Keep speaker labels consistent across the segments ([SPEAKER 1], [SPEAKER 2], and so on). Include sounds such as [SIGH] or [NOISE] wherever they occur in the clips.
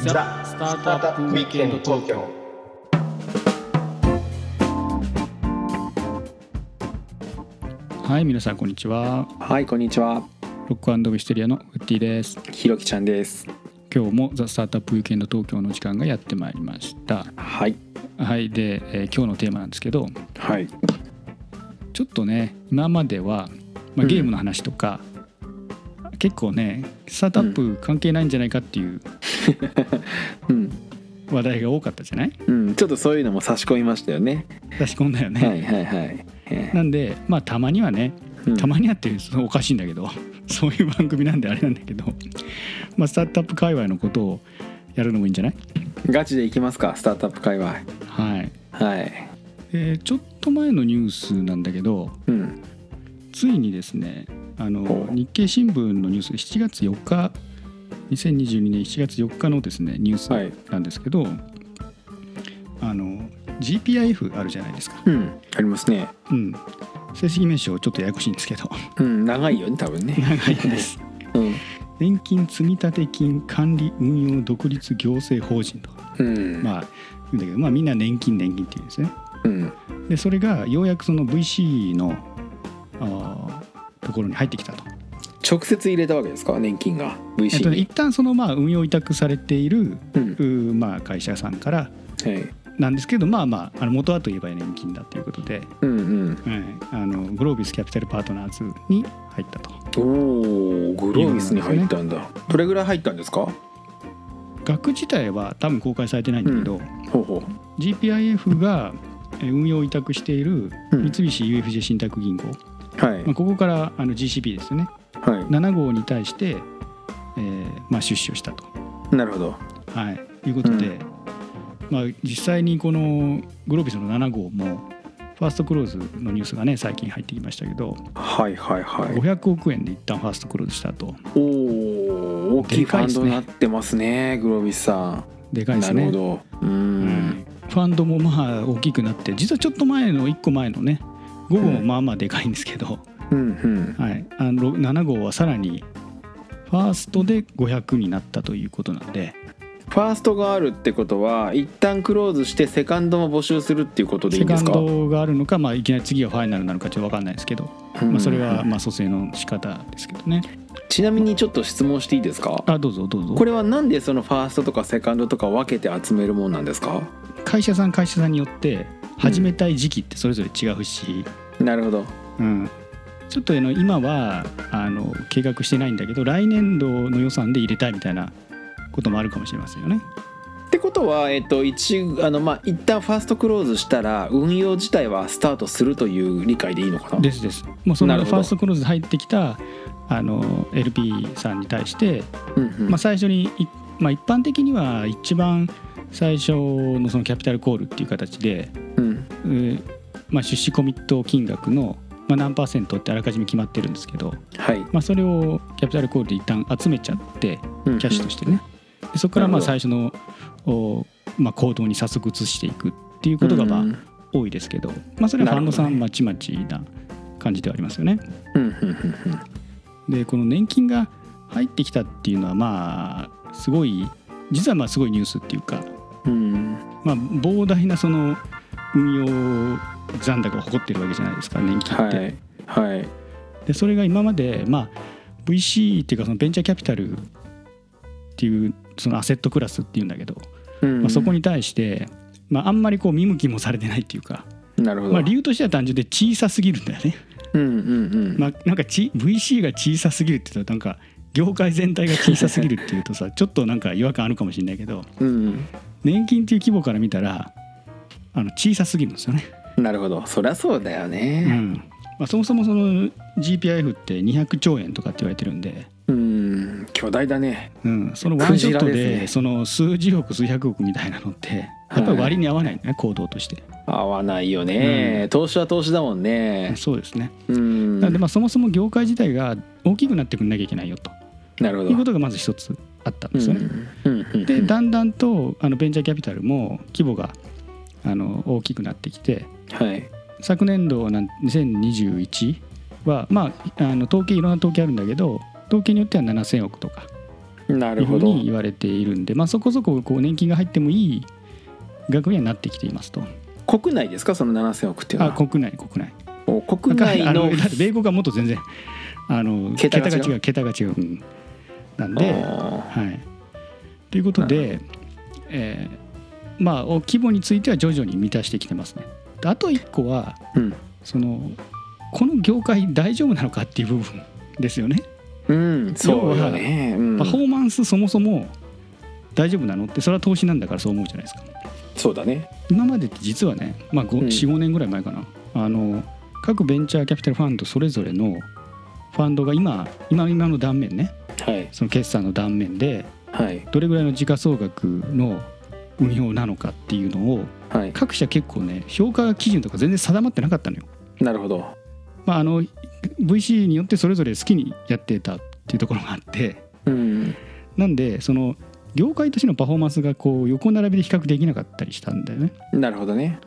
[SPEAKER 1] ザ・スタートアップウィークエンド東京
[SPEAKER 2] はい、皆さんこんにちは。
[SPEAKER 3] はい、こんにちは。
[SPEAKER 2] ロックアンドウィステリアのウッディです。
[SPEAKER 3] ひろきちゃんです。
[SPEAKER 2] 今日もザスタートアップウィークエンド東京の時間がやってまいりました。
[SPEAKER 3] はい。
[SPEAKER 2] はい、で、えー今日のテーマなんですけど、
[SPEAKER 3] はい。
[SPEAKER 2] ちょっとね、今まではま
[SPEAKER 3] う
[SPEAKER 2] あ
[SPEAKER 3] ん
[SPEAKER 2] ゲームの話とか、結構ね、スタートアップ関係ないんじゃないかっていう
[SPEAKER 3] [LAUGHS] うん。
[SPEAKER 2] 話題が多かったじゃない？
[SPEAKER 3] うん。ちょっとそういうのも差し込みましたよね。
[SPEAKER 2] 差し込んだよね。
[SPEAKER 3] はいはいはい。え
[SPEAKER 2] なんで、まあたまにはね、
[SPEAKER 3] ーうん
[SPEAKER 2] たまにはっていうそのおかしいんだけど [LAUGHS] そういう番組なんであれなんだけど、まあ、スタートアップ界隈のことをやるのもいいんじゃない
[SPEAKER 3] ガチでいきますか、スタートアップ界隈。
[SPEAKER 2] はい、
[SPEAKER 3] はい。
[SPEAKER 2] えーちょっと前のニュースなんだけど
[SPEAKER 3] うん。
[SPEAKER 2] ついにですねあの
[SPEAKER 3] ほう
[SPEAKER 2] 日経新聞のニュース7月4日2022年7月4日のですねニュ
[SPEAKER 3] は
[SPEAKER 2] ー
[SPEAKER 3] い
[SPEAKER 2] スなんですけど、あの GPIF あるじゃないですか、
[SPEAKER 3] うん。ありますね。
[SPEAKER 2] うん、正式名称ちょっとややこしいんですけど [LAUGHS]
[SPEAKER 3] うん。長いよね、多分ね。
[SPEAKER 2] 長いです
[SPEAKER 3] うん。
[SPEAKER 2] 年金積立金管理運用独立行政法人と
[SPEAKER 3] うん。
[SPEAKER 2] まあ言うんだけど、まあ、みんな年金年金っていうんですね
[SPEAKER 3] うん。
[SPEAKER 2] でそれがようやくその VC のあーところに入ってきたと、
[SPEAKER 3] 直接入れたわけですか、年金が。
[SPEAKER 2] えっ
[SPEAKER 3] VC
[SPEAKER 2] とね、
[SPEAKER 3] に
[SPEAKER 2] 一。旦そのまあ運用委託されている、
[SPEAKER 3] うん
[SPEAKER 2] う。ーまあ、会社さんから
[SPEAKER 3] はい。
[SPEAKER 2] なんですけどまあまああの元はといえば年金だということで、
[SPEAKER 3] うん
[SPEAKER 2] うんあのグロービスキャピタルパートナーズに入ったと
[SPEAKER 3] うん。おお、グロービスに入ったんだ。どれぐらい入ったんですか。
[SPEAKER 2] 額自体は多分公開されてないんだけど、
[SPEAKER 3] ほうほ
[SPEAKER 2] GPIF がえー運用委託している
[SPEAKER 3] う。う
[SPEAKER 2] 三
[SPEAKER 3] ん。
[SPEAKER 2] 菱 UFJ 信託銀行、
[SPEAKER 3] はい
[SPEAKER 2] まあ、。ここからあの GCP ですよね
[SPEAKER 3] は
[SPEAKER 2] 7号に対して、えーまあ、出資をしたと、
[SPEAKER 3] い。なるほど。
[SPEAKER 2] はい、いうことで、
[SPEAKER 3] う
[SPEAKER 2] まあ、実際にこのグロービスの7号もファーストクローズのニュースがね最近入ってきましたけど、
[SPEAKER 3] はいはいはい。
[SPEAKER 2] 500億円で一旦ファーストクローズしたと
[SPEAKER 3] おお大きいファンドになってますねグロービスさ
[SPEAKER 2] でかい
[SPEAKER 3] ん、
[SPEAKER 2] です
[SPEAKER 3] なる
[SPEAKER 2] ね
[SPEAKER 3] ほどうー
[SPEAKER 2] うんんファンドもまあ大きくなって実はちょっと前の1個前のね5号もまあまあでかいんですけど、
[SPEAKER 3] うんうん
[SPEAKER 2] はい、あの7号はさらにファーストで500になったということなんで
[SPEAKER 3] ファーストがあるってことは一旦クローズしてセカンドも募集するっていうことでいい
[SPEAKER 2] セ
[SPEAKER 3] んで
[SPEAKER 2] カ
[SPEAKER 3] す
[SPEAKER 2] ン
[SPEAKER 3] か
[SPEAKER 2] ドがあるのか、まあ、いきなり次がファイナルなのかちょっと分かんないですけど、
[SPEAKER 3] うん
[SPEAKER 2] まあ、それはまあ蘇生の仕方ですけどね
[SPEAKER 3] ちなみにちょっと質問していいですか
[SPEAKER 2] あどうぞどうぞ
[SPEAKER 3] これはなんでそのファーストとかセカンドとか分けて集めるもんなんですか
[SPEAKER 2] 会社さん会社さんによって始めたい時期ってそれぞれ違うし、
[SPEAKER 3] なるほど
[SPEAKER 2] うんちょっとあの今はあの計画してないんだけど来年度の予算で入れたいみたいなこともあるかもしれませんよね。
[SPEAKER 3] ってことはえっと一あのまあ一旦ファーストクローズしたら運用自体はスタートするという理解でいいのかな
[SPEAKER 2] ですです。もうその
[SPEAKER 3] なる
[SPEAKER 2] フ
[SPEAKER 3] ほ
[SPEAKER 2] ァ
[SPEAKER 3] ど
[SPEAKER 2] ーストクローズで入ってきたあの LP さんに対して
[SPEAKER 3] うんうん
[SPEAKER 2] まあ、最初にい、まあ、一般的には一番最初のそのキャピタルコールっていう形で、
[SPEAKER 3] うん
[SPEAKER 2] えーまあ、出資コミット金額の、まあ、何パーセントってあらかじめ決まってるんですけど、
[SPEAKER 3] はい
[SPEAKER 2] まあ、それをキャピタルコールで一旦集めちゃって
[SPEAKER 3] キャ
[SPEAKER 2] キャッシュとしてねでそこからまあ
[SPEAKER 3] な
[SPEAKER 2] 最初の、おまあ、行動に早速移していくっていうことがまあ多いですけど、まあ、それはファンドさ
[SPEAKER 3] なるほ
[SPEAKER 2] んまちまちな感じではありますよね。
[SPEAKER 3] うんうんうんうん
[SPEAKER 2] でこの年金が入ってきたっていうのはまあすごい実はまあすごいニュースっていうか、
[SPEAKER 3] うん
[SPEAKER 2] まあ、膨大なその運用残高を誇ってるわけじゃないですか年金
[SPEAKER 3] は
[SPEAKER 2] って。
[SPEAKER 3] いはい
[SPEAKER 2] でそれが今まで、まあ、VC っていうかそのベンチャーキャピタルっていうそのアセットクラスっていうんだけど、
[SPEAKER 3] うん
[SPEAKER 2] まあ、そこに対して、まあ、あんまりこう見向きもされてないっていうか、
[SPEAKER 3] なるほど、
[SPEAKER 2] まあ、理由としては単純で小さすぎるんだよね。
[SPEAKER 3] うんうんうん、
[SPEAKER 2] まあ、なんかち VC が小さすぎるって言ったらなんか業界全体が小さすぎるっていうと
[SPEAKER 3] [LAUGHS]
[SPEAKER 2] さちょっとなんか違和感あるかもしれないけど
[SPEAKER 3] うん
[SPEAKER 2] 年金っていう規模から見たらあの小さすぎるんですよね。
[SPEAKER 3] なるほどそりゃそうだよ
[SPEAKER 2] う
[SPEAKER 3] ね
[SPEAKER 2] んまあ、そもそもその GPIF って200兆円とかって言われてるんで、
[SPEAKER 3] うん、巨大だね
[SPEAKER 2] うん、そのワンショット
[SPEAKER 3] クジラです
[SPEAKER 2] で
[SPEAKER 3] ね
[SPEAKER 2] その数十億数百億みたいなのってやっぱり割に合わないんだね行動として
[SPEAKER 3] 合わないよね、投資は投資だもんね
[SPEAKER 2] そうですね
[SPEAKER 3] うん
[SPEAKER 2] なのでまあそもそも業界自体が大きくなってくんなきゃいけないよと
[SPEAKER 3] なるほど
[SPEAKER 2] いうことがまず一つあったんですよね。
[SPEAKER 3] うんうんうん
[SPEAKER 2] でだんだんとあのベンチャーキャピタルも規模があの大きくなってきて
[SPEAKER 3] はい
[SPEAKER 2] 昨年度なん2021はまああの統計いろんな統計あるんだけど統計によっては7,000億とかい
[SPEAKER 3] な
[SPEAKER 2] う
[SPEAKER 3] る
[SPEAKER 2] ふ
[SPEAKER 3] ほ
[SPEAKER 2] う
[SPEAKER 3] ど
[SPEAKER 2] に言われているんで、まあ、そこそここう年金が入ってもいい額にはなってきていますと
[SPEAKER 3] 国内ですかその7000億っていうの
[SPEAKER 2] あ
[SPEAKER 3] は
[SPEAKER 2] 国内国内
[SPEAKER 3] お国内
[SPEAKER 2] あ
[SPEAKER 3] の
[SPEAKER 2] だって米国はもっと全然あの
[SPEAKER 3] 桁
[SPEAKER 2] 桁
[SPEAKER 3] が
[SPEAKER 2] が
[SPEAKER 3] 違う
[SPEAKER 2] 違う桁が違う、うんなんで
[SPEAKER 3] あ
[SPEAKER 2] はい、ということで、えーまあお規模については徐々に満たしてきてますね。あと一個は
[SPEAKER 3] ーうん
[SPEAKER 2] そのこの業界大丈夫なのかっていう部分ですよね。
[SPEAKER 3] うんそうよねうん
[SPEAKER 2] パフォーマンスそもそも大丈夫なのってそれは投資なんだからそう思うじゃないですか。
[SPEAKER 3] そうだね
[SPEAKER 2] 今までって実はね、まあ、
[SPEAKER 3] うん
[SPEAKER 2] 45年ぐらい前かな、あの各ベンチャーキャピタルファンドそれぞれのファンドが今今今の断面ね
[SPEAKER 3] はい
[SPEAKER 2] その決算の断面で
[SPEAKER 3] はい
[SPEAKER 2] どれぐらいの時価総額の運用なのかっていうのを
[SPEAKER 3] はい
[SPEAKER 2] 各社結構ね評価基準とか全然定まってなかったのよ。
[SPEAKER 3] なるほど
[SPEAKER 2] まあ、あの VC によってそれぞれ好きにやってたっていうところがあって [LAUGHS]
[SPEAKER 3] うん
[SPEAKER 2] なんでその業界としてのパフォーマンスがこう横並びで比較できなかったりしたんだよね。
[SPEAKER 3] なるほどね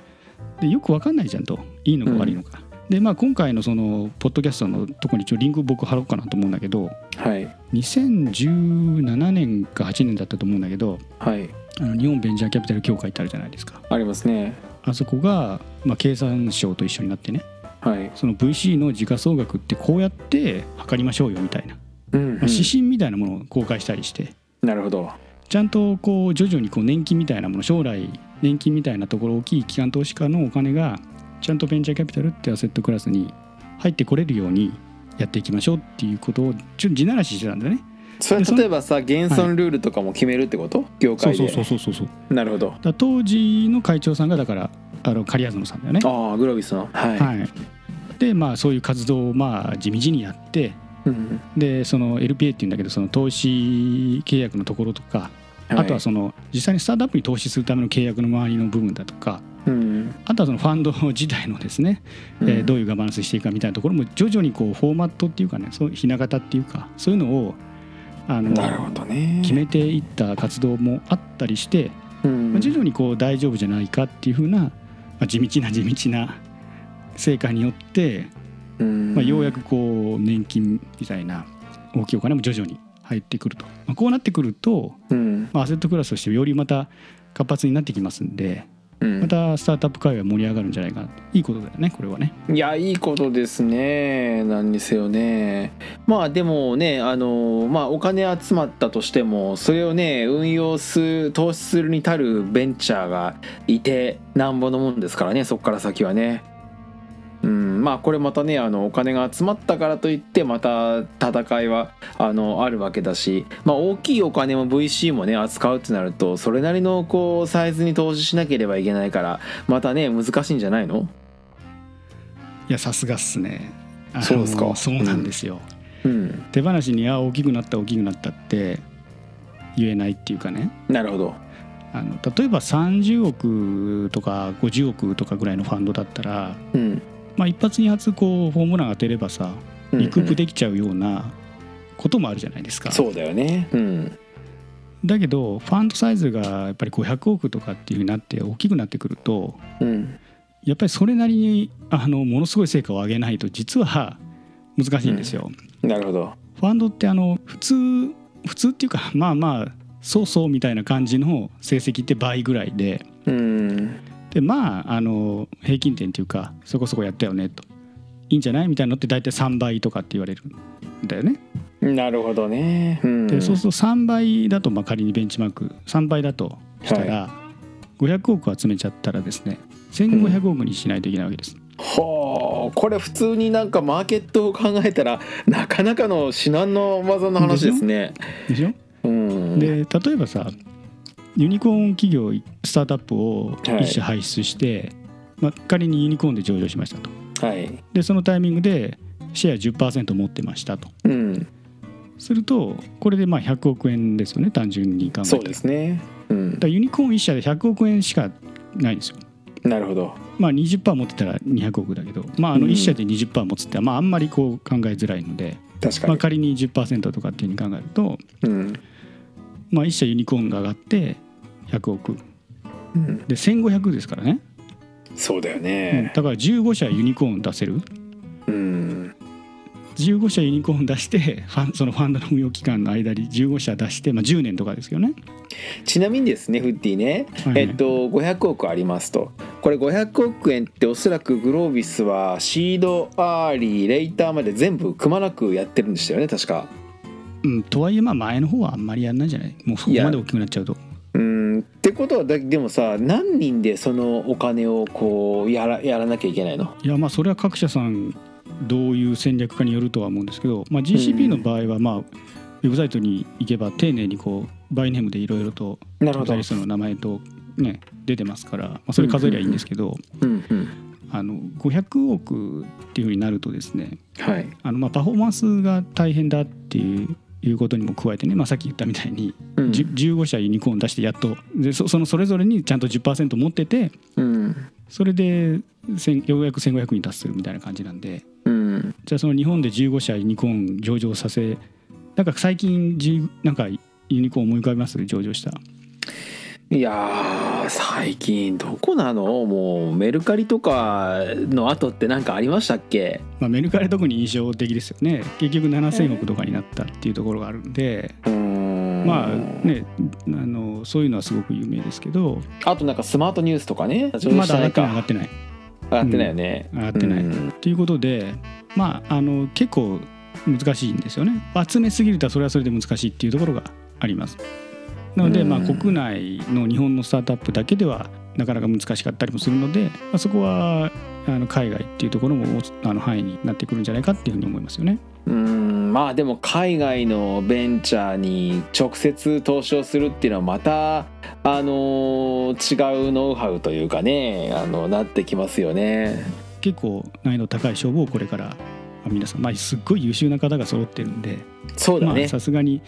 [SPEAKER 2] でよくわかんないじゃんといいのか悪いのか。でまあ今回のそのポッドキャストのとこに一応リンク僕貼ろうかなと思うんだけど
[SPEAKER 3] はい
[SPEAKER 2] 2017年か8年だったと思うんだけど
[SPEAKER 3] はい
[SPEAKER 2] あの日本ベンチャーキャピタル協会ってあるじゃないですか。
[SPEAKER 3] ありますね
[SPEAKER 2] あそこが、まあ、経産省と一緒になってね
[SPEAKER 3] はい
[SPEAKER 2] その VC の時価総額ってこうやって測りましょうよみたいな、
[SPEAKER 3] うんうん
[SPEAKER 2] まあ、指針みたいなものを公開したりして
[SPEAKER 3] なるほど
[SPEAKER 2] ちゃんとこう徐々にこう年金みたいなもの将来年金みたいなところ大きい機関投資家のお金がちゃんとベンチャーキャピタルってアセットクラスに入ってこれるようにやっていきましょうっていうことをちょっと地ならししてたんだよね。
[SPEAKER 3] それ
[SPEAKER 2] でその
[SPEAKER 3] は例えばさ減損ルールとかも決めるってこと業界で
[SPEAKER 2] そうそうそう。だか
[SPEAKER 3] なるほど
[SPEAKER 2] ら当時の会長さんがだからあの狩野さんだよね。
[SPEAKER 3] ああグロービスのはい、
[SPEAKER 2] はい、でまあそういう活動をまあ地道にやって
[SPEAKER 3] うん
[SPEAKER 2] でその LPA っていうんだけどその投資契約のところとか、あとはその実際にスタートアップに投資するための契約の周りの部分だとか
[SPEAKER 3] うん
[SPEAKER 2] あとはそのファンド自体のですね、えー
[SPEAKER 3] うん
[SPEAKER 2] どういうガバナンスしていくかみたいなところも徐々にこうフォーマットっていうかねそうひな形っていうかそういうのをあの
[SPEAKER 3] なるほどね
[SPEAKER 2] 決めていった活動もあったりして、
[SPEAKER 3] うん
[SPEAKER 2] まあ徐々にこう大丈夫じゃないかっていうふうな、まあ地道な地道な成果によって
[SPEAKER 3] うん
[SPEAKER 2] まあ、ようやくこう年金みたいな大きいお金も徐々に入ってくると、まあ、こうなってくると、
[SPEAKER 3] うん
[SPEAKER 2] まあ、アセットクラスとしてよりまた活発になってきますんで
[SPEAKER 3] うん
[SPEAKER 2] またスタートアップ界は盛り上がるんじゃないかないいことだよねこれはね
[SPEAKER 3] いやいいことですねなんですよねまあでもねあのまあお金集まったとしてもそれをね運用する投資するに足るベンチャーがいてなんぼのもんですからねそこから先はねうんまあこれまたねあのお金が集まったからといってまた戦いはあのあるわけだし、まあ、大きいお金も VC もね扱うってなるとそれなりのこうサイズに投資しなければいけないからまたね難しいんじゃないの
[SPEAKER 2] いやさすがっすねあの
[SPEAKER 3] そうですか
[SPEAKER 2] そうなんですよ、
[SPEAKER 3] うん
[SPEAKER 2] 手放しにあ大きくなった大きくなったって言えないっていうかね
[SPEAKER 3] なるほど
[SPEAKER 2] あの例えば30億とか50億とかぐらいのファンドだったら、
[SPEAKER 3] うん
[SPEAKER 2] まあ、一発二発こうホームラン当てればさリクープできちゃうようなこともあるじゃないですか、
[SPEAKER 3] そうだよねうん
[SPEAKER 2] だけどファンドサイズがやっぱり500億とかっていうふうになって大きくなってくると
[SPEAKER 3] うん
[SPEAKER 2] やっぱりそれなりにあのものすごい成果を上げないと実は難しいんですよ、
[SPEAKER 3] なるほど
[SPEAKER 2] ファンドってあの普通普通っていうか [LAUGHS] まあまあそうそうみたいな感じの成績って倍ぐらいで
[SPEAKER 3] うん
[SPEAKER 2] でまああの平均点っていうかそこそこやったよねといいんじゃないみたいなのって大体3倍とかって言われるんだよね。
[SPEAKER 3] なるほどねうん
[SPEAKER 2] でそうすると3倍だとまあ仮にベンチマーク3倍だとしたら、500億集めちゃったらですね1500億にしないといけないわけです、
[SPEAKER 3] ほうこれ普通になんかマーケットを考えたらなかなかの至難の技の話ですね
[SPEAKER 2] でしょ、
[SPEAKER 3] うん
[SPEAKER 2] で例えばさユニコーン企業スタートアップを
[SPEAKER 3] はい
[SPEAKER 2] 一社輩出して、まあ、仮にユニコーンで上場しましたと
[SPEAKER 3] はい
[SPEAKER 2] でそのタイミングでシェア10%持ってましたと
[SPEAKER 3] うん
[SPEAKER 2] するとこれでまあ100億円ですよね単純に考えた
[SPEAKER 3] そう
[SPEAKER 2] ら
[SPEAKER 3] ですねうん
[SPEAKER 2] だからユニコーン1社で100億円しかないんですよ
[SPEAKER 3] なるほど
[SPEAKER 2] まあ、20%持ってたら200億だけど、まあ、あの
[SPEAKER 3] うん
[SPEAKER 2] 1社で20%持つって、まあ、あんまりこう考えづらいので、
[SPEAKER 3] 確か
[SPEAKER 2] まあ、
[SPEAKER 3] に
[SPEAKER 2] 仮に10%とかっていうふうに考えると、
[SPEAKER 3] うん
[SPEAKER 2] まあ、1社ユニコーンが上がって100億
[SPEAKER 3] うん
[SPEAKER 2] で1500ですからね、
[SPEAKER 3] そうだよ
[SPEAKER 2] うん
[SPEAKER 3] ね
[SPEAKER 2] だから15社ユニコーン出せる
[SPEAKER 3] うん
[SPEAKER 2] 15社ユニコーン出してファンそのファンドの運用期間の間に15社出して、まあ、10年とかですよね。
[SPEAKER 3] ちなみにですねフッディね、
[SPEAKER 2] はい
[SPEAKER 3] えっと、500億ありますとこれ500億円っておそらくグロービスはシードアーリーレイターまで全部くまなくやってるんでしたよね確か
[SPEAKER 2] うん、とはいえまあ前の方はあんまりやんないんじゃないもうそこまで大きくなっちゃうと。
[SPEAKER 3] うんってことはだでもさ何人でそのお金をこうやらやらなきゃいけないの
[SPEAKER 2] いやまあそれは各社さんどういう戦略かによるとは思うんですけど、まあ、GCP の場合はまあウェブサイトに行けば丁寧にこうバイネームでいろいろと
[SPEAKER 3] な
[SPEAKER 2] キャピタリストの名前と、ね、出てますから、まあ、それ数えりゃいいんですけど、
[SPEAKER 3] うんうん
[SPEAKER 2] あの500億っていうふうになるとですね
[SPEAKER 3] はい
[SPEAKER 2] あのまあパフォーマンスが大変だっていう。いうことにも加えてね、まあ、さっき言ったみたいに、
[SPEAKER 3] うん
[SPEAKER 2] じゅ15社ユニコーン出してやっとでそそのそれぞれにちゃんと10%持ってて
[SPEAKER 3] うん
[SPEAKER 2] それで1000ようやく1500に達するみたいな感じなんで
[SPEAKER 3] うん
[SPEAKER 2] じゃあその日本で15社ユニコーン上場させなんか最近じなんかユニコーン思い浮かびます上場した
[SPEAKER 3] いやー最近どこなのもうメルカリとかの後って何かありましたっけ
[SPEAKER 2] まあ、メルカリ特に印象的ですよね結局7,000億とかになったっていうところがあるんで、
[SPEAKER 3] うん
[SPEAKER 2] まあねあのそういうのはすごく有名ですけど
[SPEAKER 3] あとなんかスマートニュースとかね
[SPEAKER 2] まだ上がってない上が
[SPEAKER 3] 上
[SPEAKER 2] ってない
[SPEAKER 3] がってないよね、
[SPEAKER 2] 上がってない、
[SPEAKER 3] うん
[SPEAKER 2] ということでまああの結構難しいんですよね集めすぎるとそれはそれで難しいっていうところがありますなので、
[SPEAKER 3] うん
[SPEAKER 2] まあ、国内の日本のスタートアップだけではなかなか難しかったりもするので、まあ、そこはあの海外っていうところもあの範囲になってくるんじゃないかっていうふうに思いますよね。
[SPEAKER 3] うんまあでも海外のベンチャーに直接投資をするっていうのはまたあのー違うノウハウというかねあのなってきますよね。
[SPEAKER 2] 結構難易度高い勝負をこれから、まあ皆さん、まあ、すっごい優秀な方が揃ってるんで
[SPEAKER 3] そうだ
[SPEAKER 2] まあ
[SPEAKER 3] ね。
[SPEAKER 2] さすがに、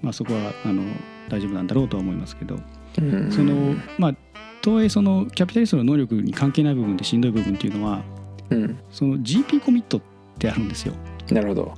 [SPEAKER 2] まあ、そこはあの大丈夫なんだろうとは思いますけど
[SPEAKER 3] うん
[SPEAKER 2] そのまあとはいえそのキャピタリストの能力に関係ない部分でしんどい部分っていうのは
[SPEAKER 3] うん
[SPEAKER 2] その GP コミットってあるんですよ。
[SPEAKER 3] なるほど。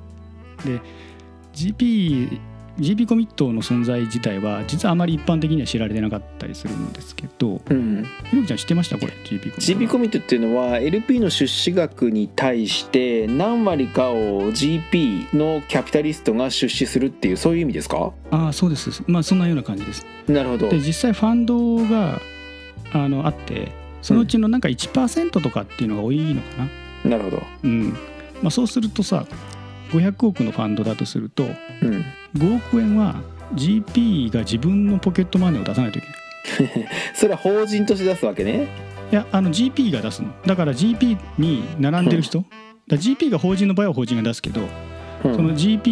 [SPEAKER 2] GP GP コミットの存在自体は実はあまり一般的には知られてなかったりするんですけど
[SPEAKER 3] うん
[SPEAKER 2] ひろきちゃん知ってましたこれ GP コミット
[SPEAKER 3] GP コ
[SPEAKER 2] ミ
[SPEAKER 3] ミットっていうのは LP の出資額に対して何割かを GP のキャピタリストが出資するっていうそういう意味ですか
[SPEAKER 2] ああそうですまあそんなような感じです
[SPEAKER 3] なるほど
[SPEAKER 2] で。実際ファンドがあのあってそのうちのなんか1%とかっていうのが多いのかな、
[SPEAKER 3] なるほど。
[SPEAKER 2] うんまあ、そうするとさ500億のファンドだとすると
[SPEAKER 3] うん
[SPEAKER 2] 5億円は GP が自分のポケットマネーを出さないといけない
[SPEAKER 3] それは法人として出すわけね。
[SPEAKER 2] いやあの GP が出すのだから GP に並んでる人、だから GP が法人の場合は法人が出すけど、
[SPEAKER 3] うん
[SPEAKER 2] その GP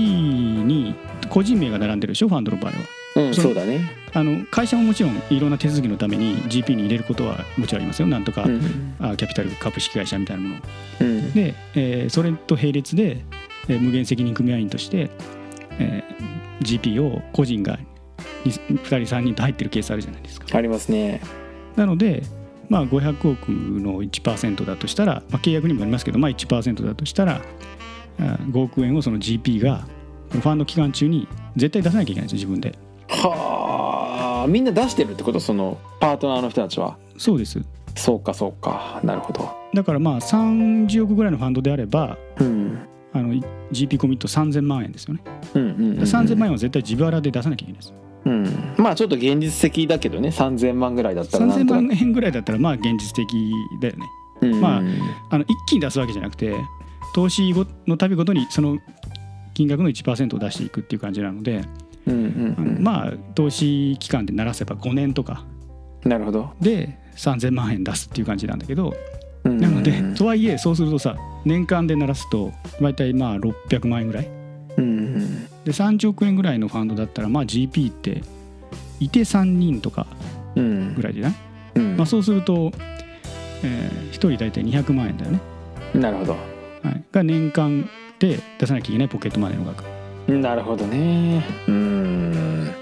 [SPEAKER 2] に個人名が並んでるでしょファンドの場合は
[SPEAKER 3] うん
[SPEAKER 2] その
[SPEAKER 3] そうだね。
[SPEAKER 2] あの会社ももちろんいろんな手続きのために GP に入れることはもちろんありますよなんとか、
[SPEAKER 3] うん
[SPEAKER 2] あキャピタル株式会社みたいなもの
[SPEAKER 3] うん
[SPEAKER 2] で、えーそれと並列で、えー無限責任組合員として、えー GP を個人が 2, 人3人と入ってるケースあるじゃないですか
[SPEAKER 3] ありますね。
[SPEAKER 2] なので、まあ、500億の1%だとしたら、まあ、契約にもありますけど、まあ、1%だとしたらあー5億円をその GP がファンド期間中に絶対出さなきゃいけないんですよ自分で
[SPEAKER 3] はあみんな出してるってことそのパートナーの人たちは。
[SPEAKER 2] そうです
[SPEAKER 3] そうかそうかなるほど。
[SPEAKER 2] だからまあ30億ぐらいのファンドであれば
[SPEAKER 3] うん
[SPEAKER 2] あの GP コミット3000万円ですよね
[SPEAKER 3] うんうんうん、
[SPEAKER 2] 3000万円は絶対自腹で出さなきゃいけないです
[SPEAKER 3] うん、まあちょっと現実的だけどね3000万ぐらいだったらなん
[SPEAKER 2] 3000
[SPEAKER 3] とな
[SPEAKER 2] 万
[SPEAKER 3] く、
[SPEAKER 2] 円ぐらいだったらまあ現実的だよね
[SPEAKER 3] うん
[SPEAKER 2] まああの一気に出すわけじゃなくて投資ごの度ごとにその金額の1%を出していくっていう感じなので、
[SPEAKER 3] うんうん
[SPEAKER 2] あの
[SPEAKER 3] うん
[SPEAKER 2] まあ投資期間でならせば5年とか
[SPEAKER 3] なるほど、
[SPEAKER 2] で3000万円出すっていう感じなんだけど
[SPEAKER 3] うん
[SPEAKER 2] なので
[SPEAKER 3] うん
[SPEAKER 2] とはいえそうするとさ年間でならすと大体まあ600万円ぐらい
[SPEAKER 3] うん
[SPEAKER 2] で30億円ぐらいのファンドだったらまあ GP っていて3人とか
[SPEAKER 3] うん
[SPEAKER 2] ぐらいじゃない、
[SPEAKER 3] うん
[SPEAKER 2] まあ、そうすると、えー、1人大体200万円だよね
[SPEAKER 3] なるほど
[SPEAKER 2] はい、が年間で出さなきゃいけないポケットマネーの額だか
[SPEAKER 3] なるほどねうん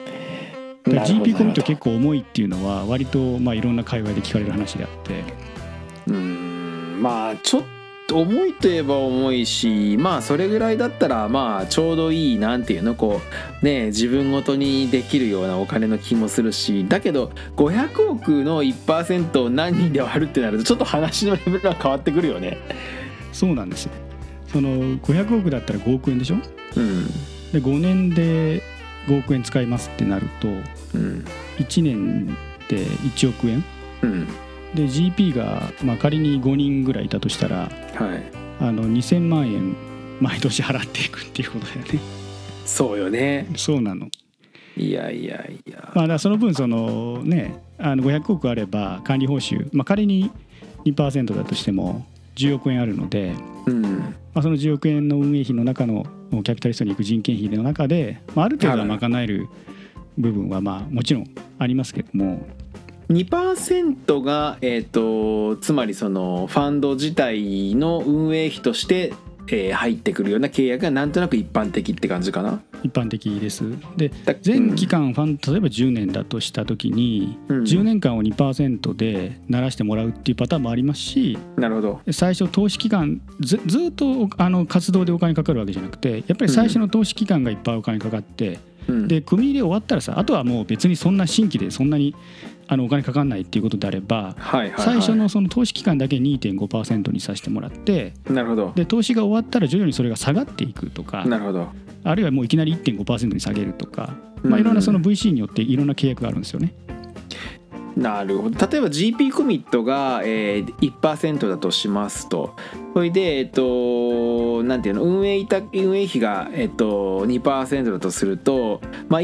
[SPEAKER 2] ら GP コミット結
[SPEAKER 3] 構
[SPEAKER 2] 構重いっていうのは割とまあいろんな界隈で聞かれる話であって
[SPEAKER 3] うんまあちょっと重いといえば重いしまあそれぐらいだったらまあちょうどいいなんていうのこうね自分ごとにできるようなお金の気もするしだけど500億の1%を何人で割るってなるとちょっと話のレベルが変わってくるよね。
[SPEAKER 2] そうなんですよその500億だったら5億円でしょ
[SPEAKER 3] うん
[SPEAKER 2] で5年で5億円使いますってなると
[SPEAKER 3] うん
[SPEAKER 2] 1年で1億円
[SPEAKER 3] うん
[SPEAKER 2] で GP が、まあ、仮に5人ぐらいいたとしたら
[SPEAKER 3] はい
[SPEAKER 2] あの2000万円毎年払っていくっていうことだよね
[SPEAKER 3] そうよね
[SPEAKER 2] そうなの
[SPEAKER 3] いやいやいや、
[SPEAKER 2] まあ、だからその分その、ね、あの500億あれば管理報酬、まあ、仮に2%だとしても10億円あるので、
[SPEAKER 3] うん
[SPEAKER 2] まあ、その10億円の運営費の中のキャピタリストに行く人件費の中で、まあ、ある程度は賄える部分はまあもちろんありますけども
[SPEAKER 3] 2%が、えー、とつまりそのファンド自体の運営費として、えー入ってくるような契約がなんとなく一般的って感じかな。
[SPEAKER 2] 一般的ですで
[SPEAKER 3] だ
[SPEAKER 2] 全期間ファンド例えば10年だとした時に
[SPEAKER 3] うん
[SPEAKER 2] 10年間を2%でならしてもらうっていうパターンもありますし
[SPEAKER 3] なるほど。
[SPEAKER 2] 最初投資期間ずずーっとあの活動でお金かかるわけじゃなくてやっぱり最初の投資期間がいっぱいお金かかって、
[SPEAKER 3] うん、
[SPEAKER 2] で組み入れ終わったらさあとはもう別にそんな新規でそんなにあのお金かかんないっていうことであれば
[SPEAKER 3] はいはいはい、
[SPEAKER 2] 最初のその投資期間だけ2.5%にさせてもらって
[SPEAKER 3] なるほど。
[SPEAKER 2] で投資が終わったら徐々にそれが下がっていくとか
[SPEAKER 3] なるほど。
[SPEAKER 2] あるいはもういきなり1.5%に下げるとか、まあ、いろんなその VC によっていろんな契約があるんですよね。
[SPEAKER 3] なるほど例えば GP コミットが、えー、1%だとしますとそれでえっ、となんていうの運営いた運営費が、えっと2%だとすると、まあ、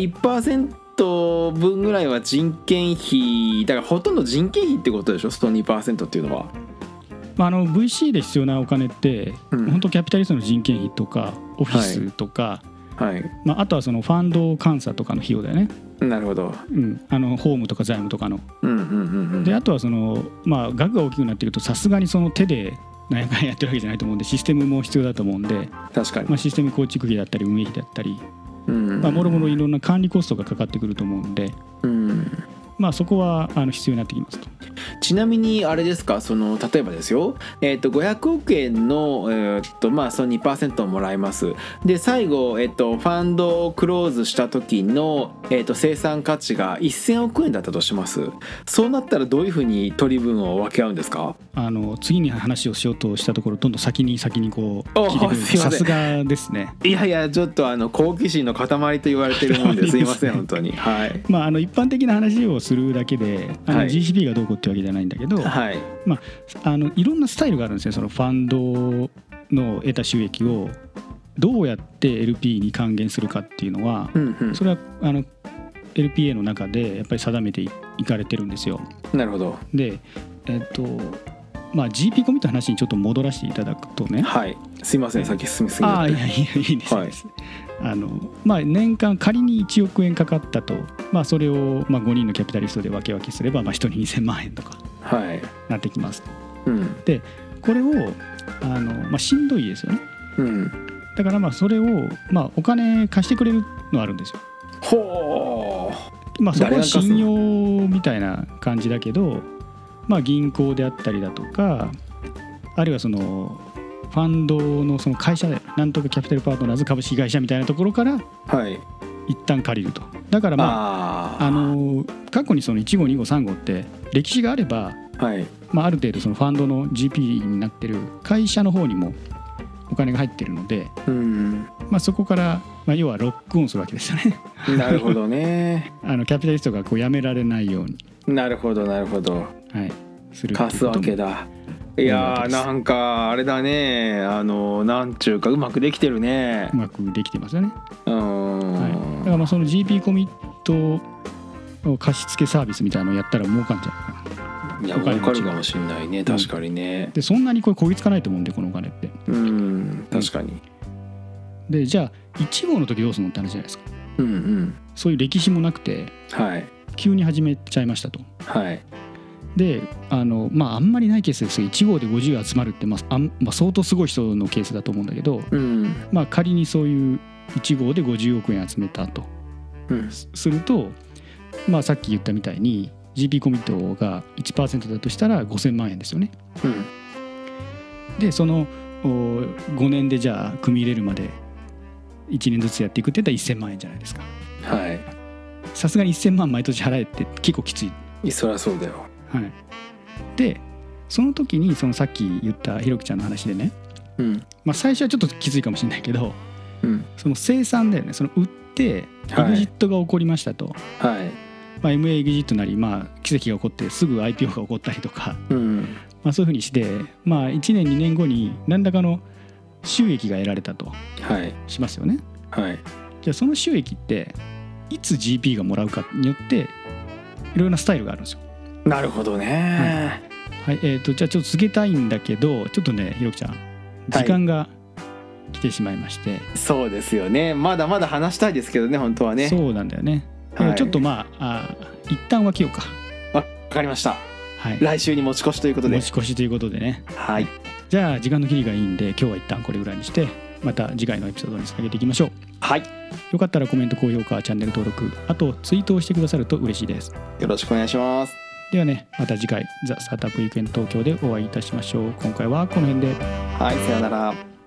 [SPEAKER 3] 1%分ぐらいは人件費だからほとんど人件費ってことでしょその2%っていうのは。
[SPEAKER 2] まあ、あの VC で必要なお金って、
[SPEAKER 3] うん
[SPEAKER 2] 本当キャピタリストの人件費とかオフィスとか、
[SPEAKER 3] はい、
[SPEAKER 2] まあ、あとはそのファンド監査とかの費用だよね、
[SPEAKER 3] なるほど。
[SPEAKER 2] うん、あのホームとか財務とかの。
[SPEAKER 3] うんうんうんうん。
[SPEAKER 2] であとはその、まあ、額が大きくなっていくとさすがにその手で何やかんやってるわけじゃないと思うんでシステムも必要だと思うんで、
[SPEAKER 3] 確かに。
[SPEAKER 2] まあ、システム構築費だったり運営費だったり、
[SPEAKER 3] うん
[SPEAKER 2] まあ、もろもろいろんな管理コストがかかってくると思うんで、
[SPEAKER 3] うん
[SPEAKER 2] まあ、そこはあの必要になってきますと。
[SPEAKER 3] ちなみにあれですかその例えばですよ、えっと500億円の,、えーっとまあ、その2%をもらいますで最後、えっとファンドをクローズした時の、えっと生産価値が1000億円だったとしますそうなったらどういうふうに取り分を分け合うんですか
[SPEAKER 2] あの次に話をしようとしたところどんどん先に先にこう
[SPEAKER 3] お
[SPEAKER 2] 聞いてくるん
[SPEAKER 3] す
[SPEAKER 2] で
[SPEAKER 3] いま
[SPEAKER 2] さ
[SPEAKER 3] せん
[SPEAKER 2] すがですね。
[SPEAKER 3] いやいやちょっとあの好奇心の塊と言われてるも
[SPEAKER 2] [LAUGHS]
[SPEAKER 3] んですいません
[SPEAKER 2] いいですね
[SPEAKER 3] 本当にはい
[SPEAKER 2] まあ、あの一般的な話をするだけであの
[SPEAKER 3] はい
[SPEAKER 2] GCP がどうこうってわけじゃないんだけど、
[SPEAKER 3] はい
[SPEAKER 2] あのいろんなスタイルがあるんですねそのファンドの得た収益をどうやって LP に還元するかっていうのは
[SPEAKER 3] うんう
[SPEAKER 2] それはあの LPA の中でやっぱり定めていいかれてるんですよ。
[SPEAKER 3] んなるほど
[SPEAKER 2] でえっとまあ GP コミットの話にちょっと戻らせていただくとね
[SPEAKER 3] はいすいません先進みすぎ
[SPEAKER 2] ああい
[SPEAKER 3] て
[SPEAKER 2] やいやいいです、
[SPEAKER 3] はい
[SPEAKER 2] いいですあのまあ年間仮に1億円かかったと、まあ、それをまあ5人のキャピタリストで分け分けすれば、まあ、1人2000万円とか
[SPEAKER 3] はい
[SPEAKER 2] なってきます
[SPEAKER 3] うん
[SPEAKER 2] これをあの、まあ、しんどいですよね
[SPEAKER 3] うん
[SPEAKER 2] だからまあそれを、まあ、お金貸してくれるのはあるんですよ、
[SPEAKER 3] ほう
[SPEAKER 2] まあ、そこ
[SPEAKER 3] 誰
[SPEAKER 2] は
[SPEAKER 3] が貸すの
[SPEAKER 2] 信用みたいな感じだけど、まあ、銀行であったりだとかあるいはそのファンドのその会社でなんとかキャピタルパートナーズ株式会社みたいなところから
[SPEAKER 3] はい
[SPEAKER 2] 一旦借りるとだからまあ
[SPEAKER 3] あー
[SPEAKER 2] あの過去にその1号2号3号って歴史があれば、
[SPEAKER 3] はい
[SPEAKER 2] まあ、ある程度そのファンドの GP になってる会社の方にもお金が入ってるので、
[SPEAKER 3] [LAUGHS] うん
[SPEAKER 2] まあ、そこから、まあ、要はロックオンするわけですよね [LAUGHS]
[SPEAKER 3] なるほどね
[SPEAKER 2] あのキャピタリストがこうやめられないように、
[SPEAKER 3] なるほどなるほど
[SPEAKER 2] はい、するっていう
[SPEAKER 3] 貸すわけ
[SPEAKER 2] だ
[SPEAKER 3] だいやーなんかあれだねあのなんちゅうかうまくできてるね
[SPEAKER 2] うまくできてますよね、
[SPEAKER 3] うー
[SPEAKER 2] はい、
[SPEAKER 3] ん、、
[SPEAKER 2] だからまあその GP コミットを貸付サービスみたいなのをやったら儲かんじゃないかない
[SPEAKER 3] や
[SPEAKER 2] お金
[SPEAKER 3] わ
[SPEAKER 2] 持ち
[SPEAKER 3] かるかもしんないね確かにね
[SPEAKER 2] でそんなにこれこぎつかないと思うんでこのお金って
[SPEAKER 3] うん確かに
[SPEAKER 2] でじゃあ1号の時どうするのって話じゃないですか
[SPEAKER 3] うんうん
[SPEAKER 2] そういう歴史もなくて
[SPEAKER 3] はい
[SPEAKER 2] 急に始めちゃいましたと。
[SPEAKER 3] はい
[SPEAKER 2] であの、まあ、あんまりないケースですけど1号で50集まるって、まああんまあ、相当すごい人のケースだと思うんだけど、
[SPEAKER 3] うん
[SPEAKER 2] まあ、仮にそういう1号で50億円集めたと
[SPEAKER 3] うん
[SPEAKER 2] すすると、まあ、さっき言ったみたいに GP コミットが1%だとしたら5000万円ですよね。
[SPEAKER 3] うん
[SPEAKER 2] でその5年でじゃあ組み入れるまで1年ずつやっていくって言ったら1000万円じゃないですか。
[SPEAKER 3] は
[SPEAKER 2] さすがに1000万毎年払えって結構きつい
[SPEAKER 3] いそりゃそうだよ
[SPEAKER 2] はい、でその時にそのさっき言ったひろきちゃんの話でね、
[SPEAKER 3] うん
[SPEAKER 2] ままあ、最初はちょっときついかもしれないけど
[SPEAKER 3] うん
[SPEAKER 2] その生産だよねその売って
[SPEAKER 3] はい
[SPEAKER 2] EXIT が起こりましたと、
[SPEAKER 3] はい
[SPEAKER 2] まあ、MAEXIT なり、まあ、奇跡が起こってすぐ IPO が起こったりとか、
[SPEAKER 3] うん
[SPEAKER 2] まあ、そういうふうにして、まあ、1年2年後に何らかの収益が得られたと
[SPEAKER 3] はい
[SPEAKER 2] しますよね。
[SPEAKER 3] はい
[SPEAKER 2] じゃあその収益っていつ GP がもらうかによっていろいろなスタイルがあるんですよ。
[SPEAKER 3] なるほどね、
[SPEAKER 2] はいえー、とじゃあちょっと告げたいんだけどちょっとねひろきちゃん時間が来てしまいまして、
[SPEAKER 3] そうですよねまだまだ話したいですけどね本当はね
[SPEAKER 2] そうなんだよね。
[SPEAKER 3] はい
[SPEAKER 2] でもちょっとまああ一旦分けようか。
[SPEAKER 3] わかりました
[SPEAKER 2] はい、
[SPEAKER 3] 来週に持ち越しということで
[SPEAKER 2] 持ち越しということでね
[SPEAKER 3] はい
[SPEAKER 2] じゃあ時間の切りがいいんで今日は一旦これぐらいにしてまた次回のエピソードにつなげていきましょう
[SPEAKER 3] はい
[SPEAKER 2] よかったらコメント高評価チャンネル登録あとツイートをしてくださると嬉しいです
[SPEAKER 3] よろしくお願いします
[SPEAKER 2] ではねまた次回「ザ・スタートアップ・ウィークエンド東京」でお会いいたしましょう今回はこの辺で
[SPEAKER 3] はいさようなら